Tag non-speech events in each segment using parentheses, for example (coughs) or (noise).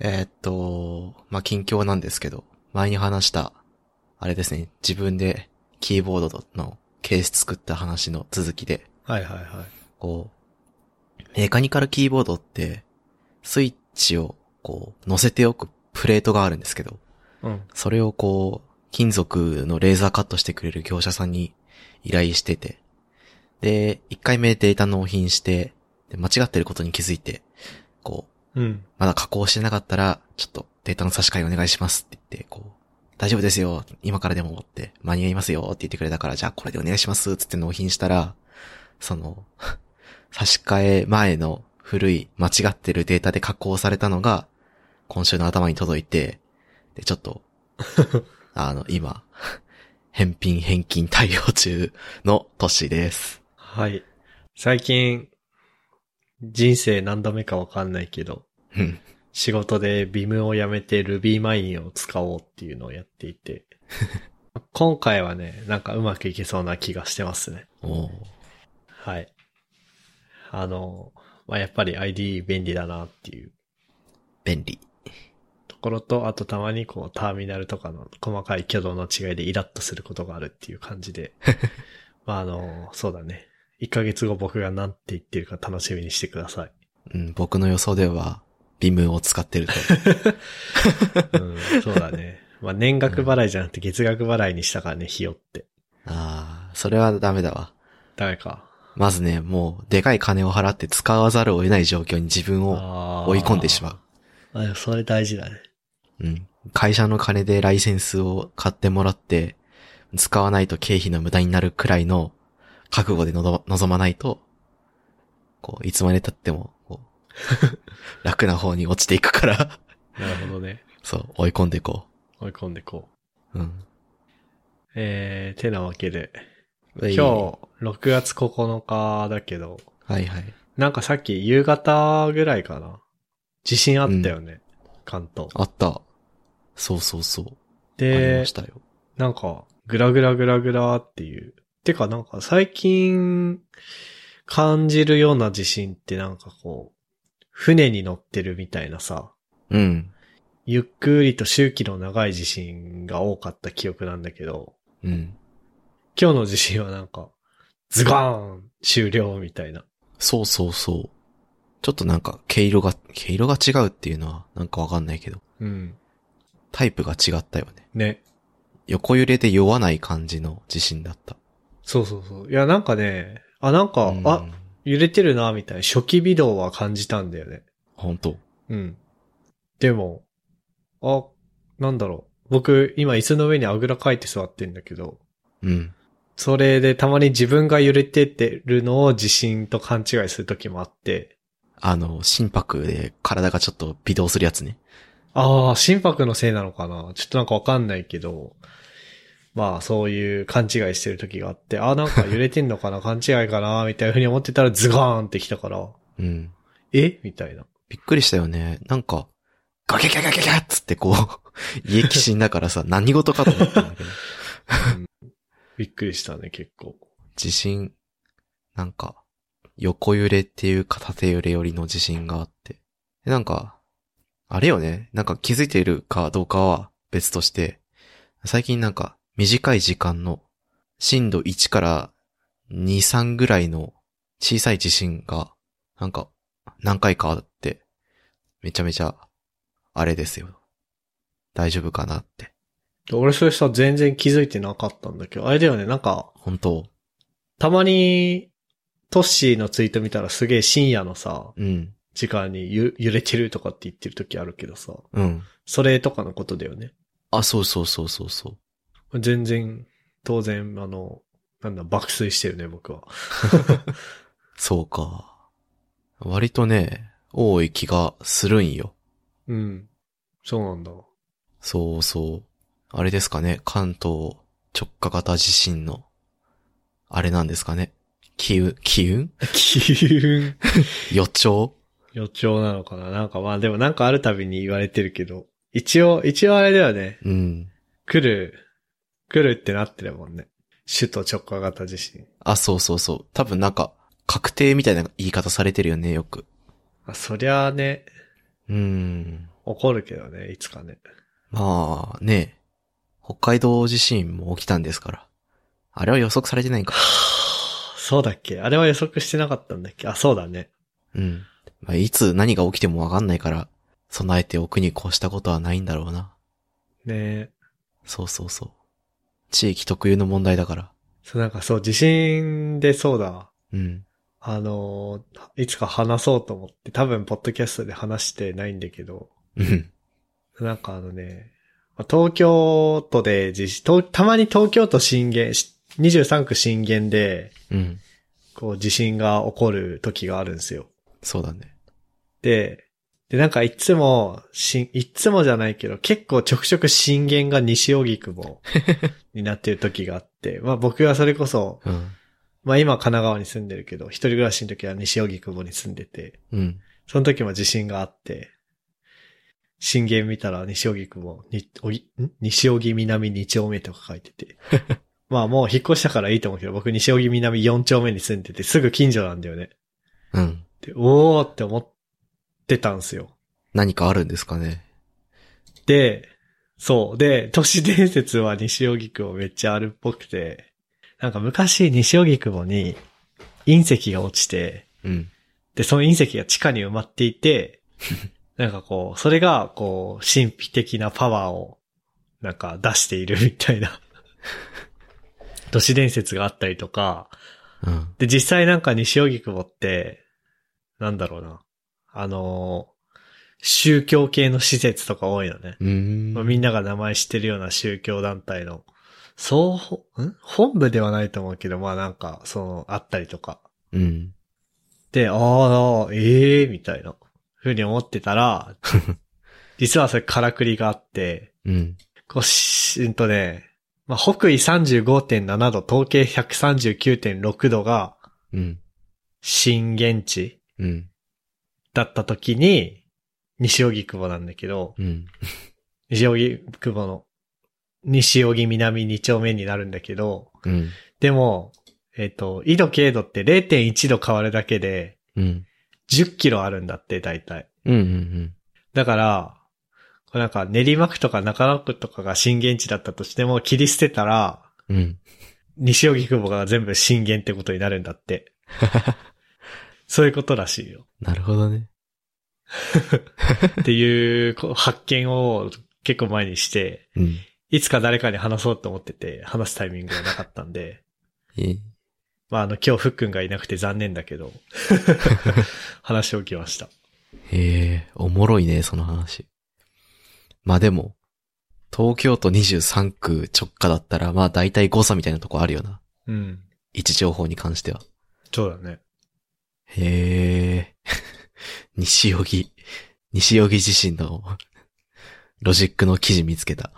えーっと、まあ、近況なんですけど、前に話した、あれですね、自分でキーボードのケース作った話の続きで、はいはいはい。こう、メカニカルキーボードって、スイッチをこう、乗せておくプレートがあるんですけど、うん。それをこう、金属のレーザーカットしてくれる業者さんに依頼してて、で、1回目データ納品して、で間違ってることに気づいて、こう、うん。まだ加工してなかったら、ちょっとデータの差し替えお願いしますって言って、こう、大丈夫ですよ、今からでもって、間に合いますよって言ってくれたから、じゃあこれでお願いしますっつって納品したら、その、 (laughs) 差し替え前の古い間違ってるデータで加工されたのが、今週の頭に届いて、で、ちょっと、あの、今、 (laughs) 返品返金対応中の都市です。はい。最近、人生何度目かわかんないけど、うん。仕事で VIM をやめて RubyMine を使おうっていうのをやって (laughs) いて、今回はね、なんかうまくいけそうな気がしてますね。おーはい。あの、まあ、やっぱり ID 便利だなっていう便利。ところと、あとたまにこうターミナルとかの細かい挙動の違いでイラッとすることがあるっていう感じで。 (laughs) まああの、そうだね。1ヶ月後僕が何て言ってるか楽しみにしてく (laughs) ださい。うん、僕の予想では、ビムを使ってると。うん、そうだね。まあ年額払いじゃなくて月額払いにしたからね、費用って。ああ、それはダメだわ。ダメか。まずね、もう、でかい金を払って使わざるを得ない状況に自分を追い追込んでしまう。あでもそれ大事だね。う。うん。会社の金でライセンスを買ってもらって、使わないと経費の無駄になるくらいの覚悟でのど望まないと、こう、いつまで経っても、こ (laughs) う、楽な方に落ちていくから、 (laughs) なるほどね。そう、追い込んでいこ追い込んでこう。う。うん。えー、てなわけで。今今日、6月9日だけど、はいはい。なんかさっき夕方ぐらいかな。地震あったよね。関東。あった。そうそうそう。ありでまし、たよ。なんか、グラグラグラグラっていう。てかなんか最近感じるような地震ってなんかこう、船に乗ってるみたいなさ、うん。ゆっくりと周期の長い地震が多かった記憶なんだけど、うん。今日の地震はなんか、ズガーン終了みたいな。そうそうそう。ちょっとなんか、毛色が、毛色が違うっていうのは、なんかわかんないけど、うん。タイプが違ったよね。ね。横揺れで酔わない感じの地震だった。そうそうそう。いやなんかね、あ、なんか、うんあ、、揺れてるな、みたいな初期微動は感じたんだよね。本当うん。でも、あ、なんだろう。僕、今椅子の上にあぐらかいて座ってんだけど、うん。それでたまに自分が揺れてってるのを地震と勘違いするときもあって、あの、心拍で体がちょっと微動するやつね。ああ、心拍のせいなのかなちょっとなんかわかんないけど、まあそういう勘違いしてるときがあって、ああ、なんか揺れてんのかな (laughs) 勘違いかなみたいなふうに思ってたらズガーンってきたから、うん。えみたいな。びっくりしたよね。なんか、ガキャキャキャキャキャっつってこう、 (laughs) 家寄進だからさ、何事かと思ったんだけど。びっくりしたね、結構。地震、なんか、横揺れっていうか縦揺れ寄りの地震があって。でなんか、あれよね、なんか気づいているかどうかは別として、最近なんか短い時間の震度1から2、3ぐらいの小さい地震が、なんか、何回かあって、めちゃめちゃ、あれですよ。大丈夫かなって。俺それさ、全然気づいてなかったんだけど、あれだよね、なんか、本当たまに、トッシーのツイート見たらすげえ深夜のさ、うん。時間にゆ揺れてるとかって言ってる時あるけどさ、うん。それとかのことだよね。あ、そうそうそうそうそう。全然、当然、あの、なんだ、爆睡してるね、僕は。そうか。割とね、多い気がするんよ。うん。そうなんだ。そうそう。あれですかね、関東直下型地震の、あれなんですかね。機運、機運機運。予兆予兆なのかななんかまあでもなんかあるたびに言われてるけど、一応、一応あれだよね。うん。来る、来るってなってるもんね。首都直下型地震。あ、そうそうそう。多分なんか、確定みたいな言い方されてるよね、よく。あ、そりゃあね、うーん。怒るけどね、いつかね。まあ、ね北海道地震も起きたんですから。あれは予測されてないんか。そうだっけあれは予測してなかったんだっけあ、そうだね。うん。まあ、いつ何が起きてもわかんないから、備えておくに越したことはないんだろうな。ねえ。そうそうそう。地域特有の問題だから。そう、なんかそう、地震でそうだわ。うん。あのー、いつか話そうと思って、多分、ポッドキャストで話してないんだけど、うん。なんかあのね、まあ東京都で地震、東たまに東京都震源、し23区震源で、うん。こう地震が起こる時があるんですよ。そうだね。で、で、なんかいつも、し、いつもじゃないけど、結構ちょくちょく震源が西荻窪になってる時があって、 (laughs) まあ僕はそれこそ、うん。まあ今神奈川に住んでるけど、一人暮らしの時は西荻窪に住んでて、うん。その時も地震があって、震源見たら西荻窪、に、おぎ、ん西荻南2丁目とか書いてて。まあもう引っ越したからいいと思うけど、僕西荻南4丁目に住んでて、すぐ近所なんだよね。うん。で、おーって思ってたんすよ。何かあるんですかね。で、そう。で、都市伝説は西荻窪めっちゃあるっぽくて、なんか昔西荻窪に隕石が落ちて、うん。で、その隕石が地下に埋まっていて、なんかこう、それがこう、神秘的なパワーを、なんか出しているみたいな、都市伝説があったりとか、うん。で、実際なんか西荻窪って、なんだろうな、あのー宗教系の施設とか多いのね。うーまあん。みんなが名前知ってるような宗教団体の、そう、ん本部ではないと思うけど、まあなんか、その、あったりとか。うん。で、ああ、ええみたいな、ふうに思って (laughs) たら、実はそれからくりがあって、うん。こうし、うんとね、まあ、北緯35.7度、東経139.6度がうん。震源地うん。だった時に、西荻窪なんだけど、うん。西荻窪の、西荻南2丁目になるんだけど、うん。でも、えっ、と、緯度経度って0.1度変わるだけで、うん。 10キロあるんだって、大体。うん。うん。だから、こうなんか練馬区とか中野区とかが震源地だったとしても切り捨てたら、うん。西荻窪が全部震源ってことになるんだって。そういうことらしいよ。なるほどね。っていうこう発見を結構前にして、うん。いつか誰かに話そうと思ってて、話すタイミングがなかったんで、いいまああの今日ふっくんがいなくて残念だけど、話を聞きました。へえ、おもろいね、その話。まあでも、東京都23区直下だったら、まあ大体誤差みたいなとこあるよな。うん。位置情報に関しては。そうだね。へえ、 (laughs) 西尾木、西尾木自身のロジックの記事見つけた。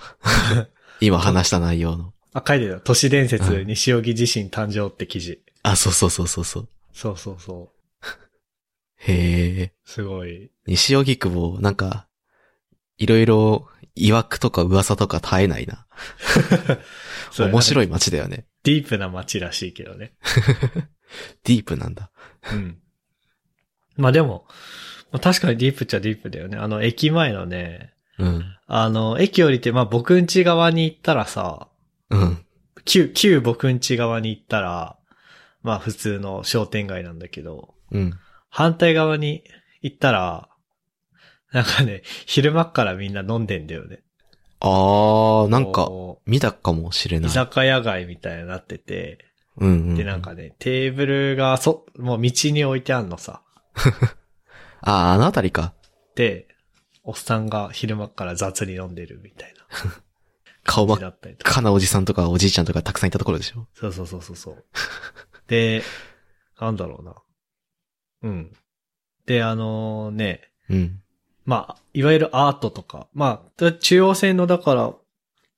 今話した内容の。あ、書いてた。都市伝う説、ん西荻地震誕生って記事。あ、そうそうそうそうそう。そうそうそう。へえ、すごい。西尾木久保、なんか、いろいろ、曰くとか噂とか絶えないな。面い。白い街だよね。ディープな街らしいけどね。ディープなんだ。うん。まあでも、まあ、確かにディープっちゃディープだよね。あの、駅前のね、うん。あの、駅降りて、まあ僕ん家側に行ったらさ、うん。旧、旧僕ん家側に行ったら、まあ普通の商店街なんだけど、うん。反対側に行ったら、なんかね、昼間っからみんな飲んでんだよね。あー、なんか、こ見たかもしれうな居い。酒屋街みたいになってて、うんうん。で、なん。かね、テーブルが、そ、もう道に置いてあんのさ。あー、あのあたりか。で、おっさんが昼間から雑に飲んでるみたいな。顔真だっったりとか。赤なおじさんとかおじいちゃんとかたくさんいたところでしょ。そうそうそうそうそう。で、なんだろうな。うん。で、あのね、うん。まあ、いわゆるアートとか、まあ、中央線のだから、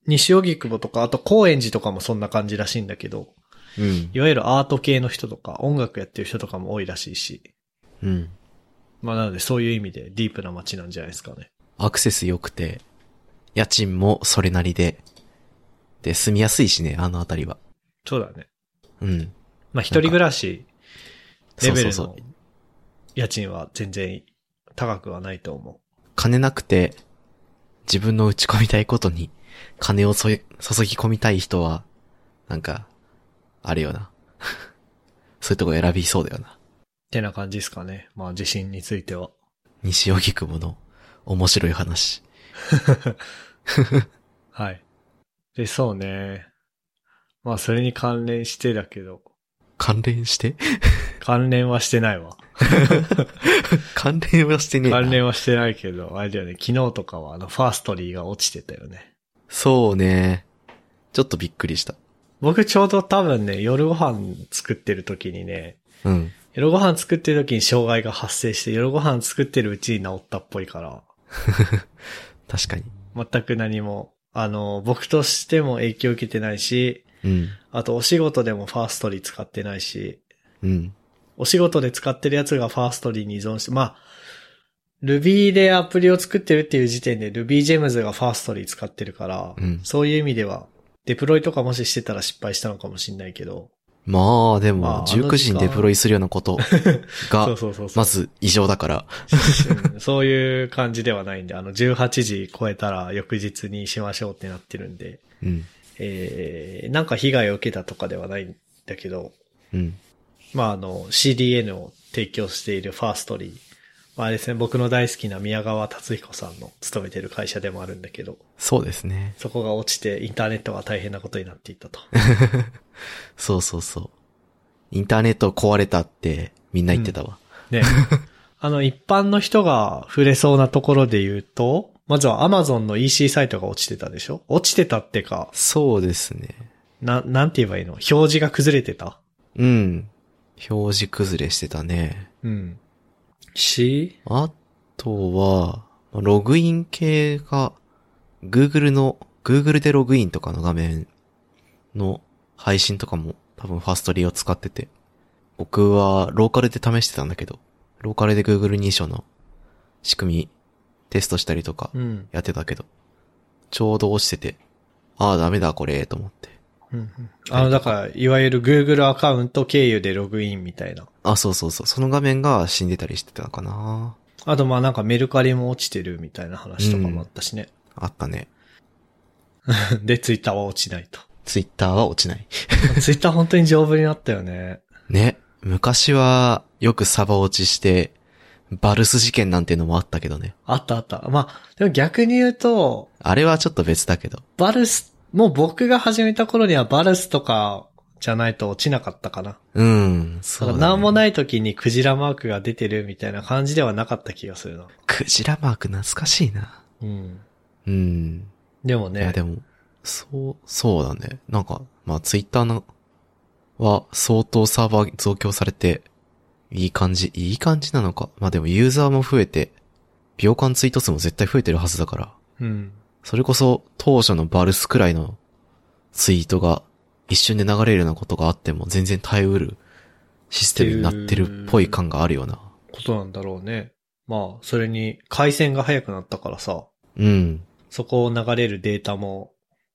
西荻窪とか、あと高円寺とかもそんな感じらしいんだけど、うんい。わゆるアート系の人とか、音楽やってる人とかも多いらしいし、うん。まあなのでそういう意味でディープな街なんじゃないですかね。アクセス良くて、家賃もそれなりで、で、住みやすいしね、あのあたりは。そうだね。うん。まあ、一人暮らしそレうベそうルそうの。家賃は全然高くはないと思う。金なくて、自分の打ち込みたいことに金をそい注ぎ込みたい人は、なんか、あれよな。 (laughs) そういうとこ選びそうだよな。てな感じですかね。まあ地震については。西荻窪の面白い話。はい。で、そうね。まあそれに関連してだけど、関連して (laughs) 関連はしてないわ。関連はしてねえな。関連はしてないけど、あれだよね、昨日とかはあの、ファーストリーが落ちてたよね。そうね。ちょっとびっくりした。僕ちょうど多分ね、夜ご飯作ってる時にね、うん。夜ご飯作ってる時に障害が発生して、夜ご飯作ってるうちに治ったっぽいから、確かに。全く何も、あの、僕としても影響受けてないし、うん。あとお仕事でもファーストリー使ってないし、うん。お仕事で使ってるやつがファーストリーに依存して、まあ、Ruby でアプリを作ってるっていう時点で RubyGems がファーストリー使ってるから、うんそういう意味では、デプロイとかもししてたら失敗したのかもしんないけど、まあ、でも、まああの時間19時にデプロイするようなことそうが、 (laughs) そうそうそう。まず異常だから。うんそういう感じではないんで、あの、18時超えたら翌日にしましょうってなってるんで、うん。えー、なんか被害を受けたとかではないんだけど、うん。まあ、あの、CDN を提供しているファーストリー。まあ、あれですね、僕の大好きな宮川達彦さんの勤めてる会社でもあるんだけど、そうですね。そこが落ちてインターネットが大変なことになっていったと。そうそうそう。インターネット壊れたってみんな言ってたわ。ね。あの、一般の人が触れそうなところで言うと、まずは Amazon の EC サイトが落ちてたでしょ落ちてたってか、そうですね。な、なんて言えばいいの表示が崩れてた。うん。表示崩れしてたね。うん。し、あとは、まあログイン系が、Google の、Google でログインとかの画面の配信とかも多分ファーストリーを使ってて。僕はローカルで試してたんだけど、ローカルで Google 認証の仕組みテストしたりとかうん。やってたけど、ちょうど落ちてて、ああダメだこれ、と思って。うんうん。あの、だから、いわゆる Google アカウント経由でログインみたいな。あ、そうそうそう。その画面が死んでたりしてたのかなあと、まあなんかメルカリも落ちてるみたいな話とかもあったしね。あったね。で、ツイッターは落ちないと。 (laughs) ツイッターは落ちない。ツイッター本当に丈夫になったよね。ね。昔は、よくサバ落ちして、バルス事件なんてのもあったけどね。あったあった。まあ、でも逆に言うと、あれはちょっと別だけど。バルス、もう僕が始めた頃にはバルスとかじゃないと落ちなかったかな。うん、そだうかだ、らね。なんもい。ない時にクジラマークが出てるみたいな感じではなかった気がするな。クジラマーク懐かしいな。うん。うん。でもいやねで、も、そう、そうだね。なんか、まあツイッターの、は相当サーバー増強されて、いい感じ、いい感じなのか。まあでもユーザーも増えて、秒間ツイート数も絶対増えてるはずだから、うん。それこそ当初のバルスくらいのツイートが一瞬で流れるようなことがあっても全然耐えうるシステムになってるっぽい感があるよな。ことなんだろうね。まあ、それに回線が速くなったからさ、うん。そこを流れるデータも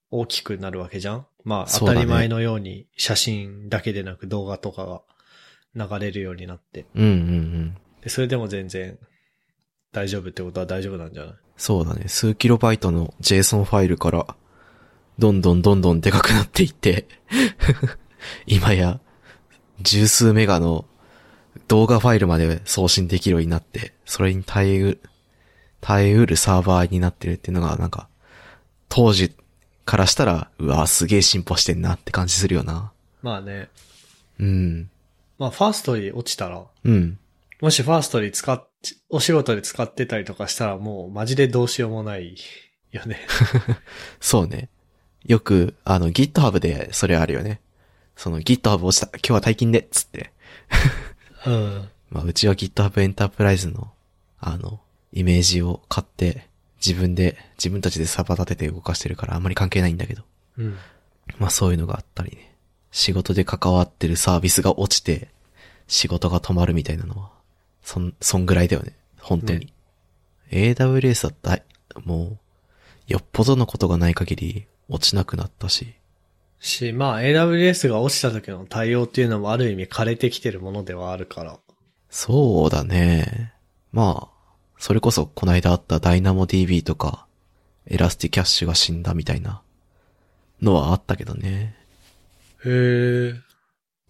大きくなるわけじゃんまあ、そ当うだたねり前のように写真だけでなく動画とかが流れるようになって。うんうんうん。でそれでも全然大丈夫ってことは大丈夫なんじゃないそうだね。数キロバイトの JSON ファイルから、どんどんどんどんでかくなっていって、 (laughs) 今や、十数メガの動画ファイルまで送信できるようになって、それに耐えう、耐えうるサーバーになってるっていうのが、なんか、当時からしたら、うわすげえ進歩してんなって感じするよな。まあね、うん。まあ、ファーストリー落ちたら、うん。もしファーストリー使っ、お仕事で使ってたりとかしたらもうマジでどうしようもないよね。そうね。よく、あの、GitHub でそれあるよね。その GitHub 落ちた。今日は退勤でっつって。うん。まあ、うちは GitHub エンタープライズの、あの、イメージを買って、自分で、自分たちでサーバー立てて動かしてるからあんまり関係ないんだけど。うん。まあそういうのがあったりね。仕事で関わってるサービスが落ちて、仕事が止まるみたいなのは、そん、そんぐらいだよね。本当に。AWS だったはいもう、よっぽどのことがない限り落ちなくなったし。し、まあ AWS が落ちた時の対応っていうのもある意味枯れてきてるものではあるから。そうだね。まあ、それこそこないだあったダイナモ DB とか、エラスティキャッシュが死んだみたいなのはあったけどね。へえ、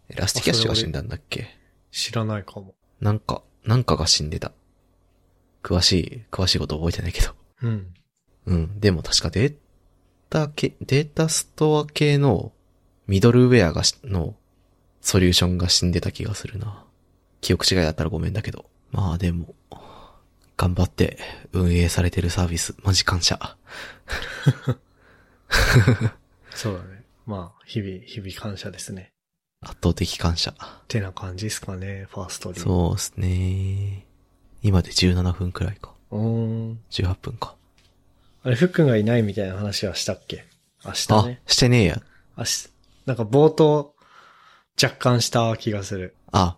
エラスティキャッシュが死んだんだっけ知らないかも。なんか、なんかが死んでた。詳しい、詳しいこと覚えてないけど。うん。うん。でも確かデータ系、データストア系のミドルウェアがし、のソリューションが死んでた気がするな。記憶違いだったらごめんだけど。まあでも、頑張って運営されてるサービス、マジ感謝。そうだね。まあ、日々、日々感謝ですね。圧倒的感謝。てな感じですかね、ファーストリー。う。そうっすね。今で17分くらいか。うん。 18分か。あれ、ふっくんがいないみたいな話はしたっけ明日あね、。してねえや。明日、なんか冒頭、若干した気がする。あ、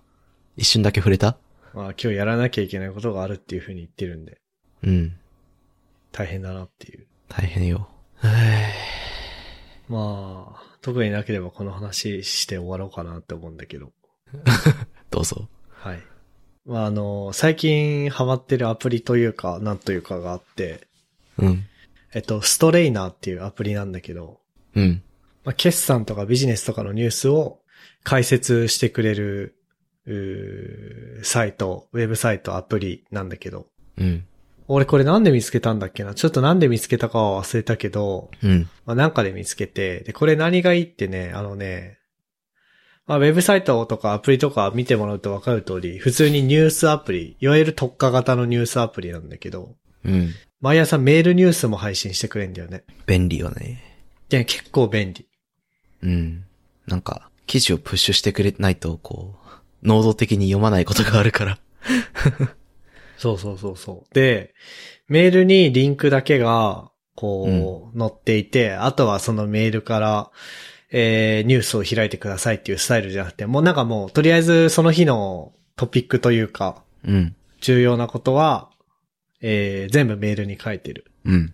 一瞬だけ触れたまあ、今日やらなきゃいけないことがあるっていうふうに言ってるんで、うん。大変だなっていう。大変よ。はいまあ、特になければこの話して終わろうかなって思うんだけど。どうぞ。はい。まあ、あの、最近ハマってるアプリというか、なんというかがあって、うん。えっと、ストレイナーっていうアプリなんだけど、うん。まあ、決算とかビジネスとかのニュースを解説してくれる、うーサイト、ウェブサイト、アプリなんだけど、うん。俺これなんで見つけたんだっけなちょっとなんで見つけたかは忘れたけど、うん。まあ、なんかで見つけて、で、これ何がいいってね、あのね、まあ、ウェブサイトとかアプリとか見てもらうと分かる通り、普通にニュースアプリ、いわゆる特化型のニュースアプリなんだけど、うん。毎朝メールニュースも配信してくれんだよね。便利よね。で、結構便利。うん。なんか、記事をプッシュしてくれないと、こう、能動的に読まないことがあるから。そうそうそうそう。で、メールにリンクだけが、こう、載っていて、あとはそのメールから、えー、ニュースを開いてくださいっていうスタイルじゃなくて、もうなんかもう、とりあえずその日のトピックというか、うん。重要なことは、えー、全部メールに書いてる。うん。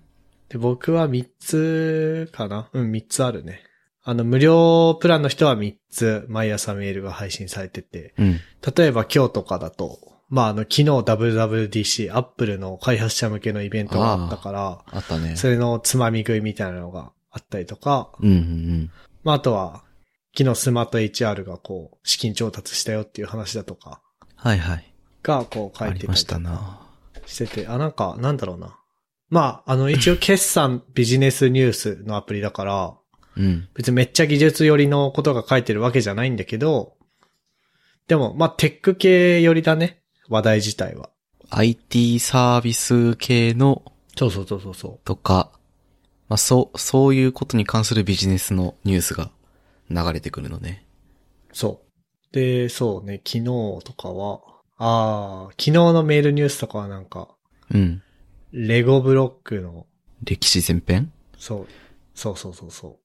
で、僕は3つかなうん、3つあるね。あの、無料プランの人は3つ、毎朝メールが配信されてて、うん。例えば今日とかだと、まあ、あの、昨日 WWDC、Apple の開発者向けのイベントがあったかあったねら、それのつまみ食いみたいなのがあったりとか、うんうんまあ、あとは、昨日スマート HR がこう、資金調達したよっていう話だとか、うん。はいはい。がこう書あいりてたまりしとかたな。してて、あ、なんか、なんだろうな。まあ、あの、一 (laughs) 応決算ビジネスニュースのアプリだから、うん。別にめっちゃ技術寄りのことが書いてるわけじゃないんだけど、でも、まあ、テック系寄りだね。話題自体は。 IT サービス系のそうそうそうそうそう。とか、まあ、そう、そういうことに関するビジネスのニュースが流れてくるのね。そう。で、そうね、昨日とかは、ああ、昨日のメールニュースとかはなんか、うん。レゴブロックの、歴史全編そう、そうそうそうそう。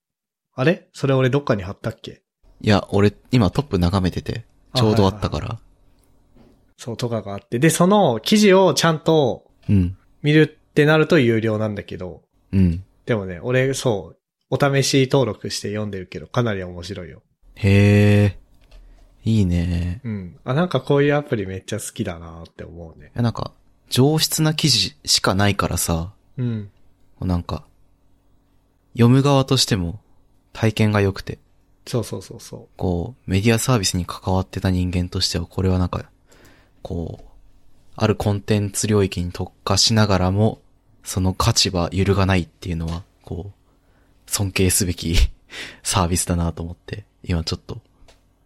あれそれ俺どっかに貼ったっけいや、俺、今トップ眺めてて、ちょうどあったら。はいはいから。そう、とかがあって。で、その記事をちゃんとうん。見るってなると有料なんだけど、うん。でもね、俺、そう、お試し登録して読んでるけど、かなり面白いよ。へえ。いいね。うん。あ、なんかこういうアプリめっちゃ好きだなって思うねい。や、なんか、上質な記事しかないからさ、うん。なんか、読む側としても体験が良くて、そうそうそうそこう、メディアサービスに関わってた人間としては、これはなんか、こう、あるコンテンツ領域に特化しながらも、その価値は揺るがないっていうのは、こう、尊敬すべき (laughs) サービスだなと思って、今ちょっと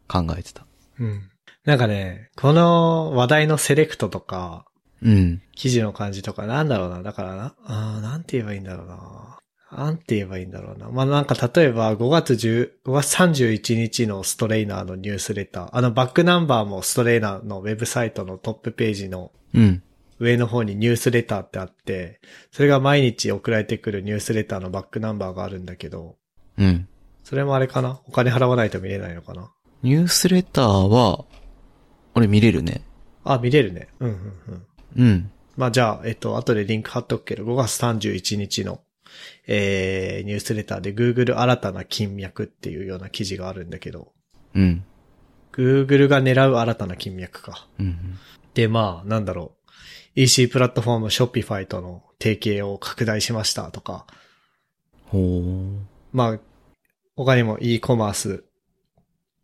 考えてた。う。うん。なんかね、この話題のセレクトとか、うん。記事の感じとか、なんだろうな。だからな、あーなんて言えばいいんだろうな。なんて言えばいいんだろうな。まあ、なんか例えば5月10、5月31日のストレイナーのニュースレター。あのバックナンバーもストレイナーのウェブサイトのトップページのうん。上の方にニュースレターってあって、それが毎日送られてくるニュースレターのバックナンバーがあるんだけど、うん。それもあれかなお金払わないと見れないのかなニュースレターは、俺見れるね。あ、見れるね。うんうんうん。うん。まあじゃあ、えっと、後でリンク貼っとくけど、5月31日の、えー、ニュースレターで Google 新たな金脈っていうような記事があるんだけど、うん。 Google が狙う新たな金脈か。うん。で、まあ、なんだろう。 EC プラットフォーム Shopify との提携を拡大しましたとか、ほう。まあ、他にも e コマース、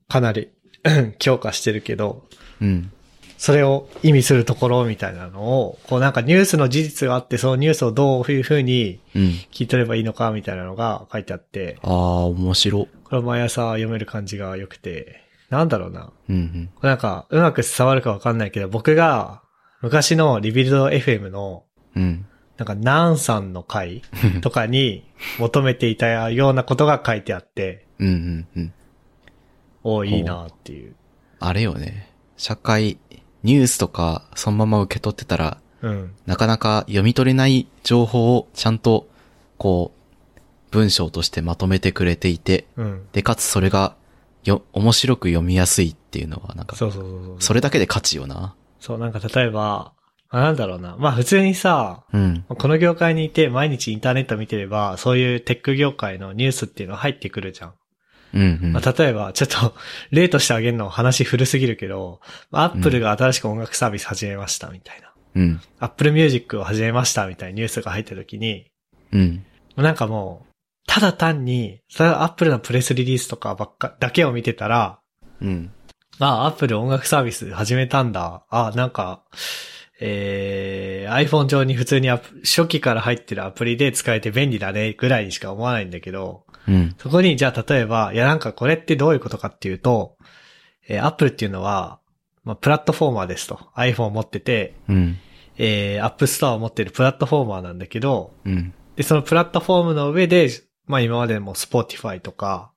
かなり (coughs) 強化してるけど、うん。それを意味するところみたいなのを、こうなんかニュースの事実があって、そのニュースをどういうふうにうん。聞い取ればいいのかみたいなのが書いてあって、ああ、面白。これ毎朝読める感じが良くて、なんだろうな。うんうん。これなんかうまく伝わるかわかんないけど、僕が昔のリビルド FM の (laughs) うん。なんかナンさんの回とかに求めていたようなことが書いてあって、うんうんうん。おーいいなっていう。あれよね。社会、ニュースとか、そのまま受け取ってたら、うん。なかなか読み取れない情報をちゃんと、こう、文章としてまとめてくれていて、うん。で、かつそれが、よ、面白く読みやすいっていうのは、なんか、そうそうそうそう。それだけで価値よな。そう、なんか例えば、あなんだろうな。まあ普通にさ、うん。この業界にいて毎日インターネット見てれば、そういうテック業界のニュースっていうのは入ってくるじゃん。うんうん。まあ、例えば、ちょっと、例としてあげるの話古すぎるけど、まあアップルが新しく音楽サービス始めましたみたいな。うん。アップルミュージックを始めましたみたいなニュースが入った時に、うん。なんかもう、ただ単に、それはアップルのプレスリリースとかばっか、だけを見てたら、うん。あ、アップル音楽サービス始めたんだ。あ、なんか、えー、iPhone 上に普通にアプ初期から入ってるアプリで使えて便利だね、ぐらいにしか思わないんだけど、うん。そこに、じゃあ例えば、いやなんかこれってどういうことかっていうと、えー、Apple っていうのは、まあ、プラットフォーマーですと。iPhone を持ってて、うん。えー、App Store を持ってるプラットフォーマーなんだけど、うん。で、そのプラットフォームの上で、まあ今までも Spotify とか、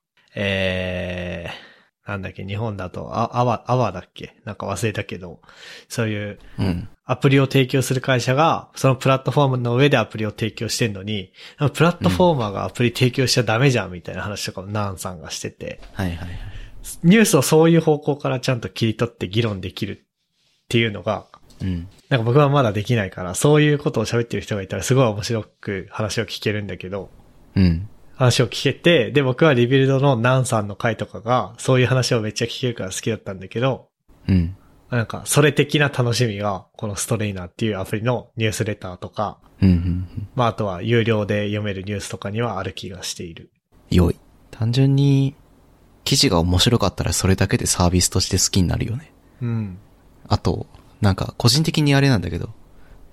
えー、なんだっけ、日本だと、あ、アワ、アワだっけなんか忘れたけど、そういううん。アプリを提供する会社が、そのプラットフォームの上でアプリを提供してんのに、プラットフォーマーがアプリ提供しちゃダメじゃんみたいな話とかもナンさんがしてて、はいはいはい。ニュースをそういう方向からちゃんと切り取って議論できるっていうのが、うん。なんか僕はまだできないから、そういうことを喋ってる人がいたらすごい面白く話を聞けるんだけど、うん。話を聞けて、で、僕はリビルドのナンさんの回とかが、そういう話をめっちゃ聞けるから好きだったんだけど、うん。なんか、それ的な楽しみが、このストレイナーっていうアプリのニュースレターとか、うん。うん。まあ、あとは有料で読めるニュースとかにはある気がしている。良い。単純に、記事が面白かったらそれだけでサービスとして好きになるよね。うん。あと、なんか、個人的にあれなんだけど、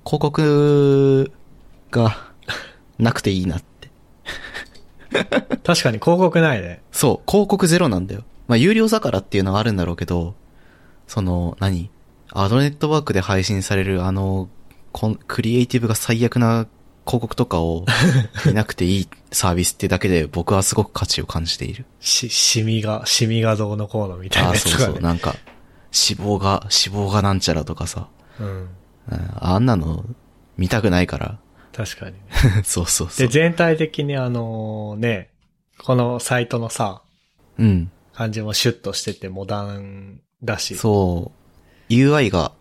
広告がなくていいなって。確かに広告ないね。そう、広告ゼロなんだよ。まあ、有料だからっていうのはあるんだろうけど、その、何アドネットワークで配信されるあの、コンクリエイティブが最悪な広告とか (laughs) を見なくていいサービスってだけで僕はすごく価値を感じている。し、シミが、シミがどうのこうのみたいあなあ、やそつうがそう、ね。なんか、脂肪が、脂肪がなんちゃらとかさ、うん。うんあんなの見たくない (laughs) から。確かに。そうそう (laughs) そで、う。全体的にあのね、このサイトのさ、うん。感じもシュッとしててモダンだし、そう。UI が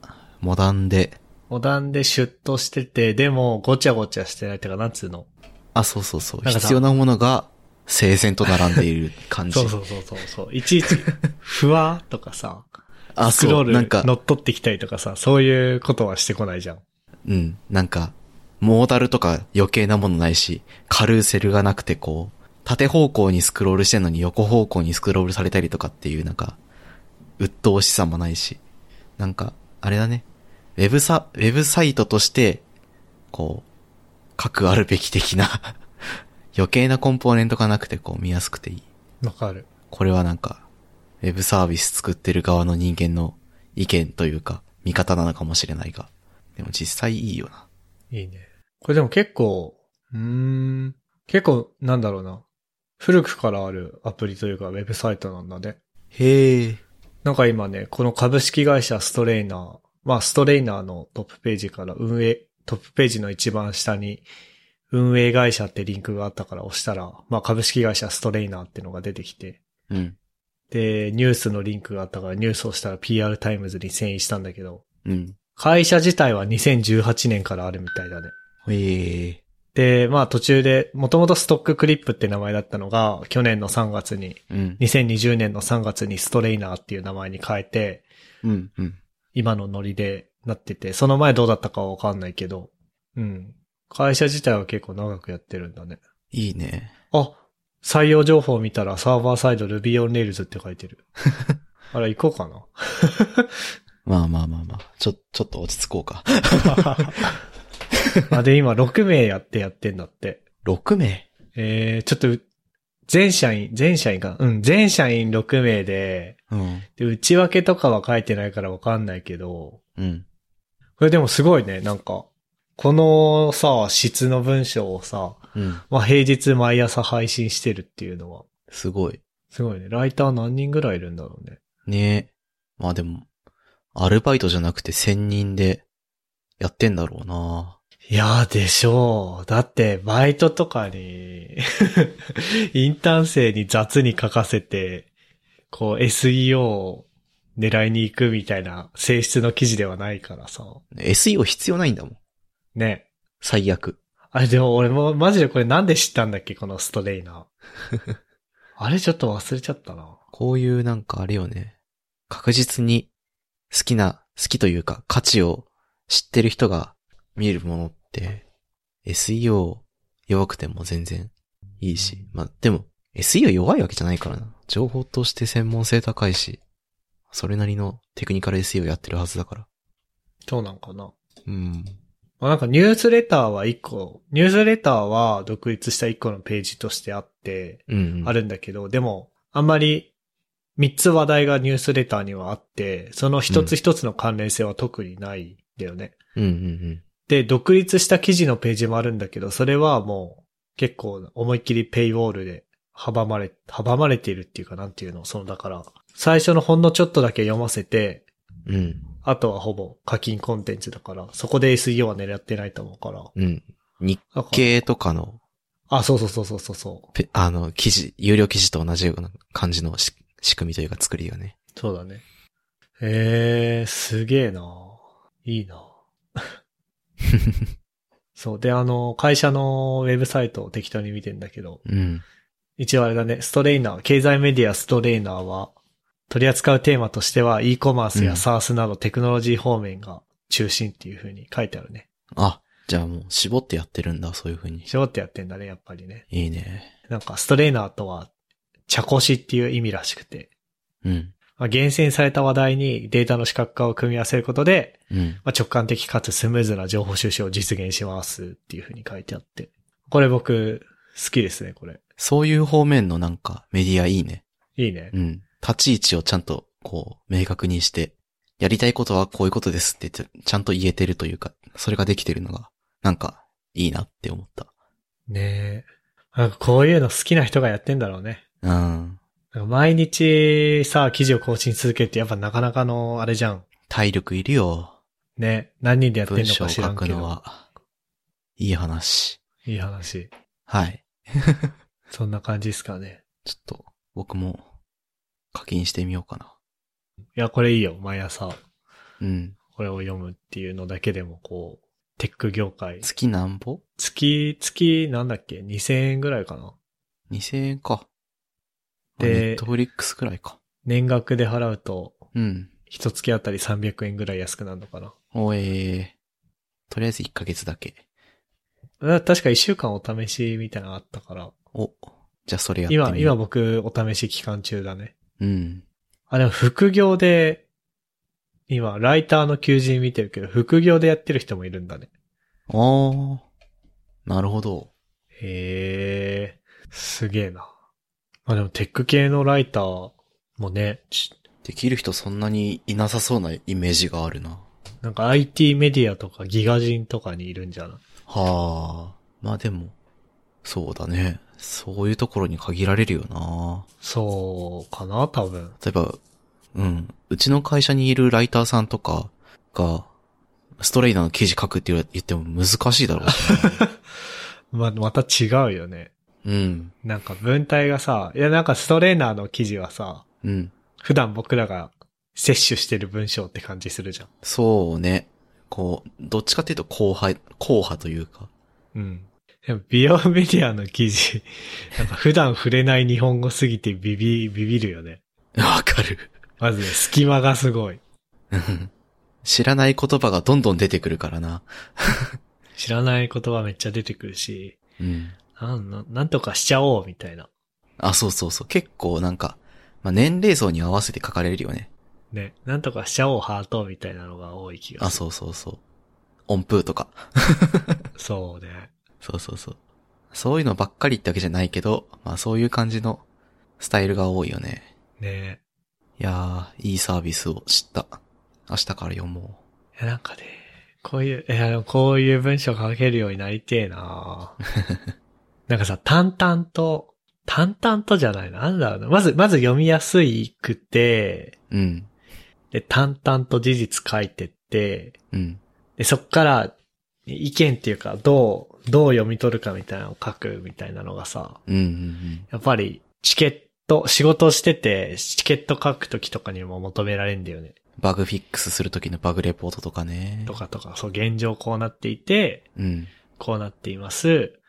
モダンで、モダンでシュッとしてて、でもごちゃごちゃしてないっていうか、なんつうの。あ、そうそうそう。なんかさ必要なものが整然と並んでいる感じ。そうそうそうそうそう。いちいち、ふわーとかさ、あ、スクロそう。なんールか、乗っ取ってきたりとかさ、そういうことはしてこないじゃん。うん。なんか、モーダルとか余計なものないし、カルーセルがなくてこう、縦方向にスクロールしてんのに横方向にスクロールされたりとかっていうなんか、鬱陶しさもないし、なんか、あれだね。ウェブサ、ウェブサイトとして、こう、核あるべき的な、余計なコンポーネントがなくてこう見やすくていい。わかる。これはなんか、ウェブサービス作ってる側の人間の意見というか、見方なのかもしれないが。でも実際いいよな。いいね。これでも結構、うーん、結構、なんだろうな。古くからあるアプリというか、ウェブサイトなんだね。へえ。なんか今ね、この株式会社ストレイナー、まあストレイナーのトップページから運営、トップページの一番下に、運営会社ってリンクがあったから押したら、まあ株式会社ストレイナーってのが出てきて、うん。で、ニュースのリンクがあったからニュースをしたら PR タイムズに遷移したんだけど、うん。会社自体は2018年からあるみたいだね。へえ。で、まあ途中で、もともとストッククリップって名前だったのが、去年の3月に、うん。 2020年の3月にストレイナーっていう名前に変えて、うん。うん。今のノリでなってて、その前どうだったかはわかんないけど、うん。会社自体は結構長くやってるんだね。いいね。あ、採用情報見たらサーバーサイド Ruby on Rails って書いてる。あら、行こうかな。まあまあまあまあ。ちょ、ちょっと落ち着こう (laughs) か。 (laughs) あ、で、今6名やってやってんだって。 6名えー、ちょっとう、全社員、全社員かな。うん、全社員6名で、うん。で、内訳とかは書いてないからわかんないけど、うん。これでもすごいね、なんか、このさ、質の文章をさ、うん。まあ、平日毎朝配信してるっていうのは、すごい。すごいね。ライター何人ぐらいいるんだろうね。ねえ。まあでも、アルバイトじゃなくて専人でやってんだろうな。いやーでしょう。だって、バイトとかに、 (laughs) インターン生に雑に書かせて、こう SEO を狙いに行くみたいな性質の記事ではないからさ。 SEO 必要ないんだもん。ね。最悪。あれでも俺もマジでこれなんで知ったんだっけこのストレイナー。あれちょっと忘れちゃったな。こういうなんかあれよね。確実に好きな、好きというか価値を知ってる人が見えるものって、SEO 弱くても全然いいし。まあでも、SEO 弱いわけじゃないからな。情報として専門性高いし、それなりのテクニカル SEO やってるはずだから。そうなんかな。うん。まあ、なんかニュースレターは一個、ニュースレターは独立した一個のページとしてあって、うん、うん。あるんだけど、でも、あんまり、三つ話題がニュースレターにはあって、その一つ一つの関連性は特にないんだよね。うんうんで、独立した記事のページもあるんだけど、それはもう、結構思いっきりペイウォールで阻まれ、阻まれているっていうかなんていうの、そのだから、最初のほんのちょっとだけ読ませて、うん。うん。あとはほぼ課金コンテンツだから、そこで SEO は狙ってないと思うから。うん。日だから経とかの、あ、そうそうそうそうそうそう。ペあの、記事、有料記事と同じような感じのし仕組みというか作りよね。そうだね。えー、すげえな。いいな。そう。で、あの、会社のウェブサイトを適当に見てんだけど、うん。一応あれだね、ストレイナー、経済メディアストレイナーは、取り扱うテーマとしては、e コマースうやん SARS などテクノロジー方面が中心っていう風に書いてあるね。あ、じゃあもう絞ってやってるんだ、そういう風に。しょってやってんだね、やっぱりね。いいね。なんか、ストレイナーとは、茶こしっていう意味らしくて、うん。まあ、厳選された話題にデータの視覚化を組み合わせることで、うん。まあ、直感的かつスムーズな情報収集を実現しますっていう風に書いてあって。これ僕、好きですね、これ。そういう方面のなんかメディアいいね。いいね。うん。立ち位置をちゃんとこう、明確にして、やりたいことはこういうことですってちゃちゃんと言えてるというか、それができてるのが、なんか、いいなって思った。ねえ。なんかこういうの好きな人がやってんだろうね。うん。なんか毎日さ、記事を更新続けるってやっぱなかなかのあれじゃん。体力いるよ。ね。何人でやってん文の章かを知書らんくけのど。は、いい話。いい話。はい。そんな感じですかね。ちょっと、僕も、課金してみようかな。いや、これいいよ。毎朝、うん。これを読むっていうのだけでも、こう、テック業界。月なんぼ月、月、なんだっけ ?2000 円ぐらいかな ?2000 円か。ネでットフリックスくらいか。年額で払うと、うん。一月あたり300円ぐらい安くなるのかな。おえー。とりあえず1ヶ月だけ。だ確か一週間お試しみたいなのあったから。お。じゃあそれやってみよ今、う。今僕お試し期間中だね。うん。あ、でも副業で、今、ライターの求人見てるけど、副業でやってる人もいるんだね。あー。なるほど。へえ、すげえな。まあでも、テック系のライターもね、ちできる人そんなにいなさそうなイメージがあるな。なんか IT メディアとかギガ人とかにいるんじゃないはあ。まあでも、そうだね。そういうところに限られるよな。そうかな、多分。例えば、うん、うちの会社にいるライターさんとかが、ストレイナーの記事書くって言わ言っても難しいだろうし。まあ、また違うよね。うん、なんか文体がさ、いやなんかストレーナーの記事はさ、うん。普段僕らが摂取してる文章って感じするじゃん。そうね。こう、どっちかっていうと後輩、後派というか。 (laughs) うん。でも美容メディアの記事、 (laughs) なんか普段触れない日本語すぎてビビ、ビビるよね。わかる。 (laughs) まずね、隙間がすごい。知らない言葉がどんどん出てくるからな。知らない言葉めっちゃ出てくるし、うん。なん、なんなんとかしちゃおうみたいな。あ、そうそうそう。結構なんか、まあ、年齢層に合わせて書かれるよね。ね。なんとかしちゃおうハートみたいなのが多い気があ、する。そうそうそう。音符とか。そうね。そうそうそう。そういうのばっかりってわけじゃないけど、まあそういう感じのスタイルが多いよね。ねいやー、いいサービスを知った。明日から読もいや、なんかね、こういう、いや、でもこういう文章書けるようになりてえななんかさ、淡々と、淡々とじゃないな。なんだろうな。まず、まず読みやすいくて、う。うん。で、淡々と事実書いてって、うん。で、そっから、意見っていうか、どう、どう読み取るかみたいなのを書くみたいなのがさ、うんうんうん。やっぱり、チケット、仕事をしてて、チケット書くときとかにも求められんだよね。バグフィックスするときのバグレポートとかね。と。かとか、そう、現状こうなっていて、うん。こうなっています。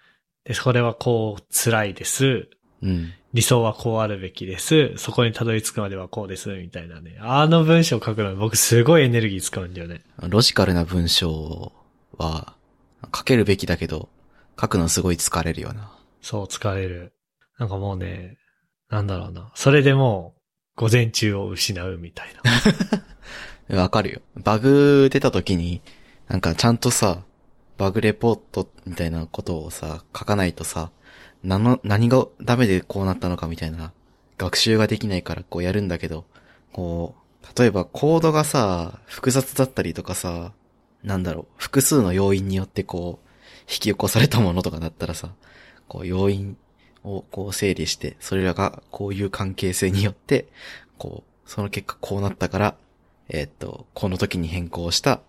で、それはこう辛いです。うん。理想はこうあるべきです。そこにたどり着くまではこうです。みたいなね。あの文章を書くのに僕すごいエネルギー使うんだよね。ロジカルな文章は書けるべきだけど、書くのすごい疲れるよな。そう疲れる。なんかもうね、なんだろうな。それでもう午前中を失うみたいな。わかるよ。バグ出たときに、なんかちゃんとさ、バグレポートみたいなことをさ、書かないとさ、なの、何がダメでこうなったのかみたいな、学習ができないからこうやるんだけど、こう、例えばコードがさ、複雑だったりとかさ、なんだろう、複数の要因によってこう、引き起こされたものとかだったらさ、こう要因をこう整理して、それらがこういう関係性によって、こう、その結果こうなったから、えーっと、この時に変更した、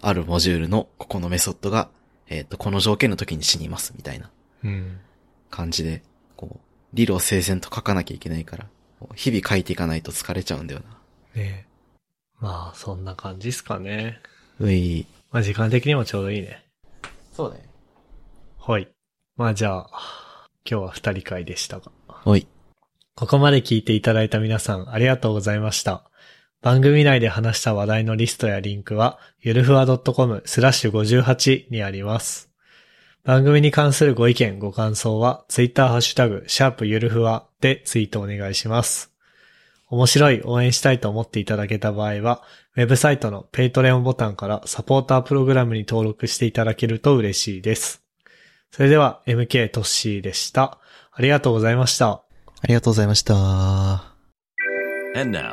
あるモジュールのここのメソッドが、えーっと、この条件の時に死にます、みたいなうん。感じで、こう、理路整然と書かなきゃいけないから、こう日々書いていかないと疲れちゃうんだよな。ねまあ、そんな感じっすかね。うい。まあ時間的にもちょうどいいね。そうだね。はい。まあじゃあ、今日は二人会でしたが。おい。ここまで聞いていただいた皆さんありがとうございました。番組内で話した話題のリストやリンクは、ゆるふわ .com スラッシュ58にあります。番組に関するご意見、ご感想は、ツイッターハッシュタグ、シャープゆるふわでツイートお願いします。面白い、応援したいと思っていただけた場合は、ウェブサイトのペイトレオンボタンからサポータープログラムに登録していただけると嬉しいです。それでは、MK トッシーでした。ありがとうございました。ありがとうございました。 And now,